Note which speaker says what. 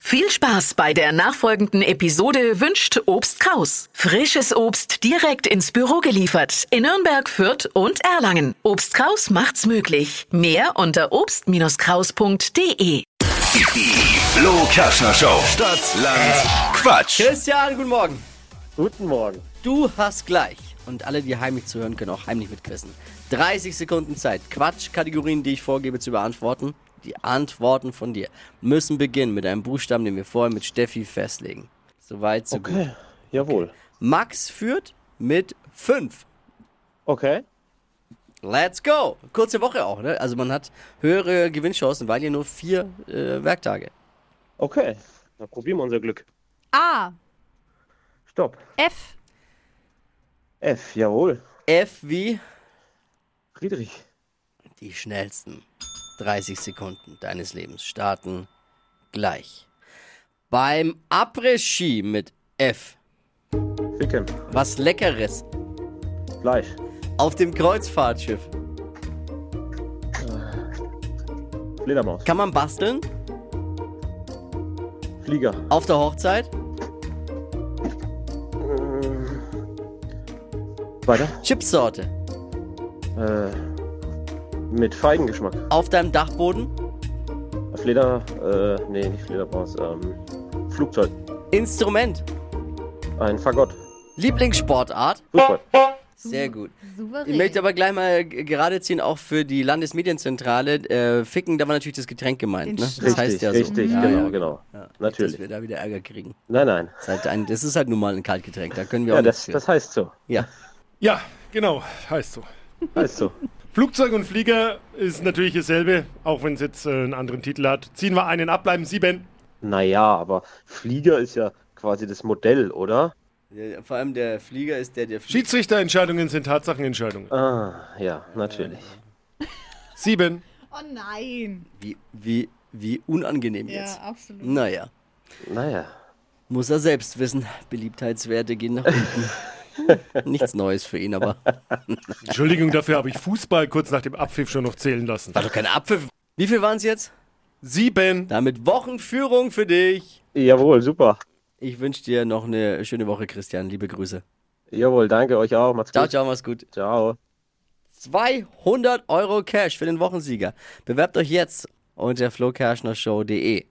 Speaker 1: Viel Spaß bei der nachfolgenden Episode wünscht Obst Kraus. Frisches Obst direkt ins Büro geliefert in Nürnberg, Fürth und Erlangen. Obst Kraus macht's möglich. Mehr unter obst-kraus.de.
Speaker 2: Die Flo Kaschner Show. Stadt, Land, Quatsch.
Speaker 3: Christian, guten Morgen.
Speaker 4: Guten Morgen.
Speaker 3: Du hast gleich, und alle, die heimlich zuhören, können auch heimlich mitquissen, 30 Sekunden Zeit, Quatschkategorien, die ich vorgebe, zu beantworten. Die Antworten von dir müssen beginnen mit einem Buchstaben, den wir vorher mit Steffi festlegen. Soweit, so gut.
Speaker 4: Jawohl.
Speaker 3: Max führt mit 5.
Speaker 4: Okay.
Speaker 3: Let's go! Kurze Woche auch, ne? Also man hat höhere Gewinnchancen, weil ihr nur vier äh, Werktage.
Speaker 4: Okay. Dann probieren wir unser Glück.
Speaker 5: A,
Speaker 4: Stopp.
Speaker 5: F,
Speaker 4: F, jawohl.
Speaker 3: F wie
Speaker 4: Friedrich.
Speaker 3: Die schnellsten 30 Sekunden deines Lebens starten gleich. Beim Après-Ski mit F.
Speaker 4: Ficken.
Speaker 3: Was Leckeres.
Speaker 4: Fleisch.
Speaker 3: Auf dem Kreuzfahrtschiff.
Speaker 4: Fledermaus.
Speaker 3: Kann man basteln?
Speaker 4: Flieger.
Speaker 3: Auf der Hochzeit?
Speaker 4: Weiter.
Speaker 3: Chipsorte.
Speaker 4: Äh, mit Feigengeschmack.
Speaker 3: Auf deinem Dachboden?
Speaker 4: Fleder. Äh, nee, nicht Fledermaus. Ähm, Flugzeug.
Speaker 3: Instrument.
Speaker 4: Ein Fagott.
Speaker 3: Lieblingssportart?
Speaker 4: Fußball.
Speaker 3: Sehr gut.
Speaker 5: souverän.
Speaker 3: Ich möchte aber gleich mal g- gerade ziehen, auch für die Landesmedienzentrale. Äh, Ficken, da war natürlich das Getränk gemeint.
Speaker 5: Den
Speaker 3: Ne? Das
Speaker 5: Schnaps.
Speaker 3: heißt ja so.
Speaker 4: richtig,
Speaker 3: Ja,
Speaker 4: genau,
Speaker 3: ja.
Speaker 4: genau.
Speaker 3: Ja, nicht, Dass
Speaker 4: Natürlich.
Speaker 3: wir da wieder Ärger kriegen.
Speaker 4: Nein, nein.
Speaker 3: Das ist halt, ein, das ist halt nun mal ein Kaltgetränk. Da können wir
Speaker 4: Ja,
Speaker 3: auch
Speaker 4: das,
Speaker 3: nichts für.
Speaker 4: das heißt so.
Speaker 3: ja.
Speaker 6: Ja, genau, heißt so.
Speaker 4: Heißt so.
Speaker 6: Flugzeug und Flieger ist natürlich dasselbe, auch wenn es jetzt äh, einen anderen Titel hat. Ziehen wir einen ab, bleiben sieben.
Speaker 4: Naja, aber Flieger ist ja quasi das Modell, oder?
Speaker 3: Ja, Vor allem der Flieger ist der, der fliegt.
Speaker 6: Schiedsrichterentscheidungen sind Tatsachenentscheidungen.
Speaker 4: Ah, ja, natürlich.
Speaker 6: Sieben.
Speaker 5: Oh nein.
Speaker 3: Wie, wie, wie unangenehm jetzt.
Speaker 5: absolut.
Speaker 3: Naja,
Speaker 4: Naja.
Speaker 3: muss er selbst wissen. Beliebtheitswerte gehen nach unten. Nichts Neues für ihn, aber
Speaker 6: Entschuldigung, dafür habe ich Fußball kurz nach dem Abpfiff schon noch zählen lassen.
Speaker 3: war doch kein Abpfiff. Wie viel waren es jetzt?
Speaker 6: Sieben.
Speaker 3: Damit Wochenführung für dich.
Speaker 4: Jawohl, super.
Speaker 3: Ich wünsche dir noch eine schöne Woche, Christian. Liebe Grüße.
Speaker 4: Jawohl, danke euch auch. Macht's
Speaker 3: Ciao,
Speaker 4: gut.
Speaker 3: ciao, mach's gut.
Speaker 4: Ciao.
Speaker 3: 200 Euro Cash für den Wochensieger. Bewerbt euch jetzt unter flokerschnershow.de.